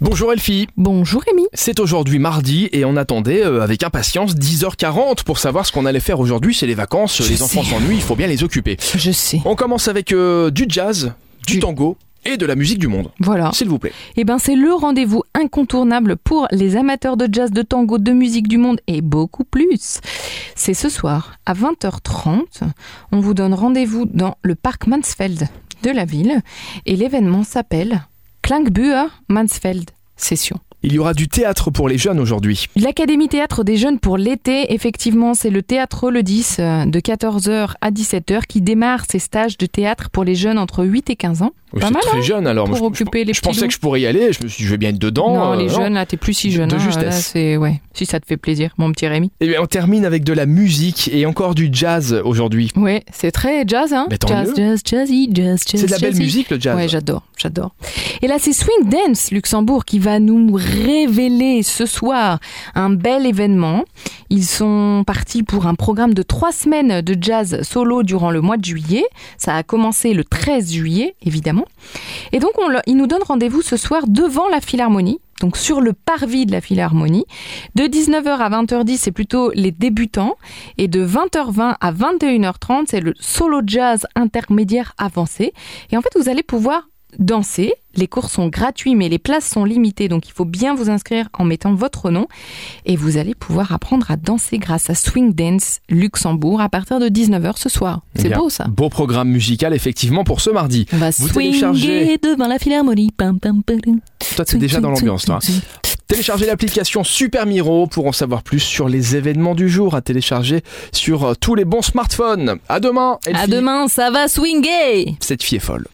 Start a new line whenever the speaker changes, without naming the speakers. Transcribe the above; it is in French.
Bonjour Elfie.
Bonjour Rémi.
C'est aujourd'hui mardi et on attendait euh, avec impatience 10h40 pour savoir ce qu'on allait faire aujourd'hui. C'est les vacances,
Je
les
sais.
enfants s'ennuient, il faut bien les occuper.
Je sais.
On commence avec euh, du jazz, du,
Du-
tango et de la musique du monde.
Voilà.
S'il vous plaît.
Eh ben c'est le rendez-vous incontournable pour les amateurs de jazz, de tango, de musique du monde et beaucoup plus. C'est ce soir à 20h30. On vous donne rendez-vous dans le parc Mansfeld de la ville et l'événement s'appelle Klangbuer Mansfeld Session.
Il y aura du théâtre pour les jeunes aujourd'hui.
L'Académie Théâtre des Jeunes pour l'été, effectivement, c'est le Théâtre le 10 euh, de 14h à 17h qui démarre ses stages de théâtre pour les jeunes entre 8 et 15 ans.
Oui,
Pas
c'est
mal, hein,
très jeune alors.
pour
je- je-
occuper les
je
petits
pensais
loups.
que je pourrais y aller. Je me suis dit, je vais bien être dedans.
non, les
euh,
jeunes, là, t'es plus si jeune.
De
hein,
justesse.
là, c'est, ouais. Si ça te fait plaisir, mon petit Rémi.
Et Eh bien, on termine avec de la musique et encore du jazz aujourd'hui.
Ouais, c'est très jazz, hein.
Mais tant
jazz,
mieux.
jazz, jazzy, jazz, jazz.
C'est de la belle
jazzy.
musique le jazz.
Ouais, j'adore, j'adore. Et là, c'est Swing Dance Luxembourg qui va nous révéler ce soir un bel événement. Ils sont partis pour un programme de trois semaines de jazz solo durant le mois de juillet. Ça a commencé le 13 juillet, évidemment. Et donc, on le- ils nous donnent rendez-vous ce soir devant la Philharmonie. Donc sur le parvis de la Philharmonie. De 19h à 20h10, c'est plutôt les débutants. Et de 20h20 à 21h30, c'est le solo jazz intermédiaire avancé. Et en fait, vous allez pouvoir danser. Les cours sont gratuits, mais les places sont limitées. Donc, il faut bien vous inscrire en mettant votre nom. Et vous allez pouvoir apprendre à danser grâce à Swing Dance Luxembourg à partir de 19h ce soir. C'est
Bien.
beau, ça.
Beau programme musical effectivement pour ce mardi.
On va
Vous téléchargez-
swinguer devant la philharmonie. Pam, pam, pam, pam.
Toi, t'es déjà dans l'ambiance, toi. Téléchargez l'application Super Miro pour en savoir plus sur les événements du jour à télécharger sur euh, tous les bons smartphones. À demain, Elfie.
À demain, ça va swinguer
Cette fille est folle.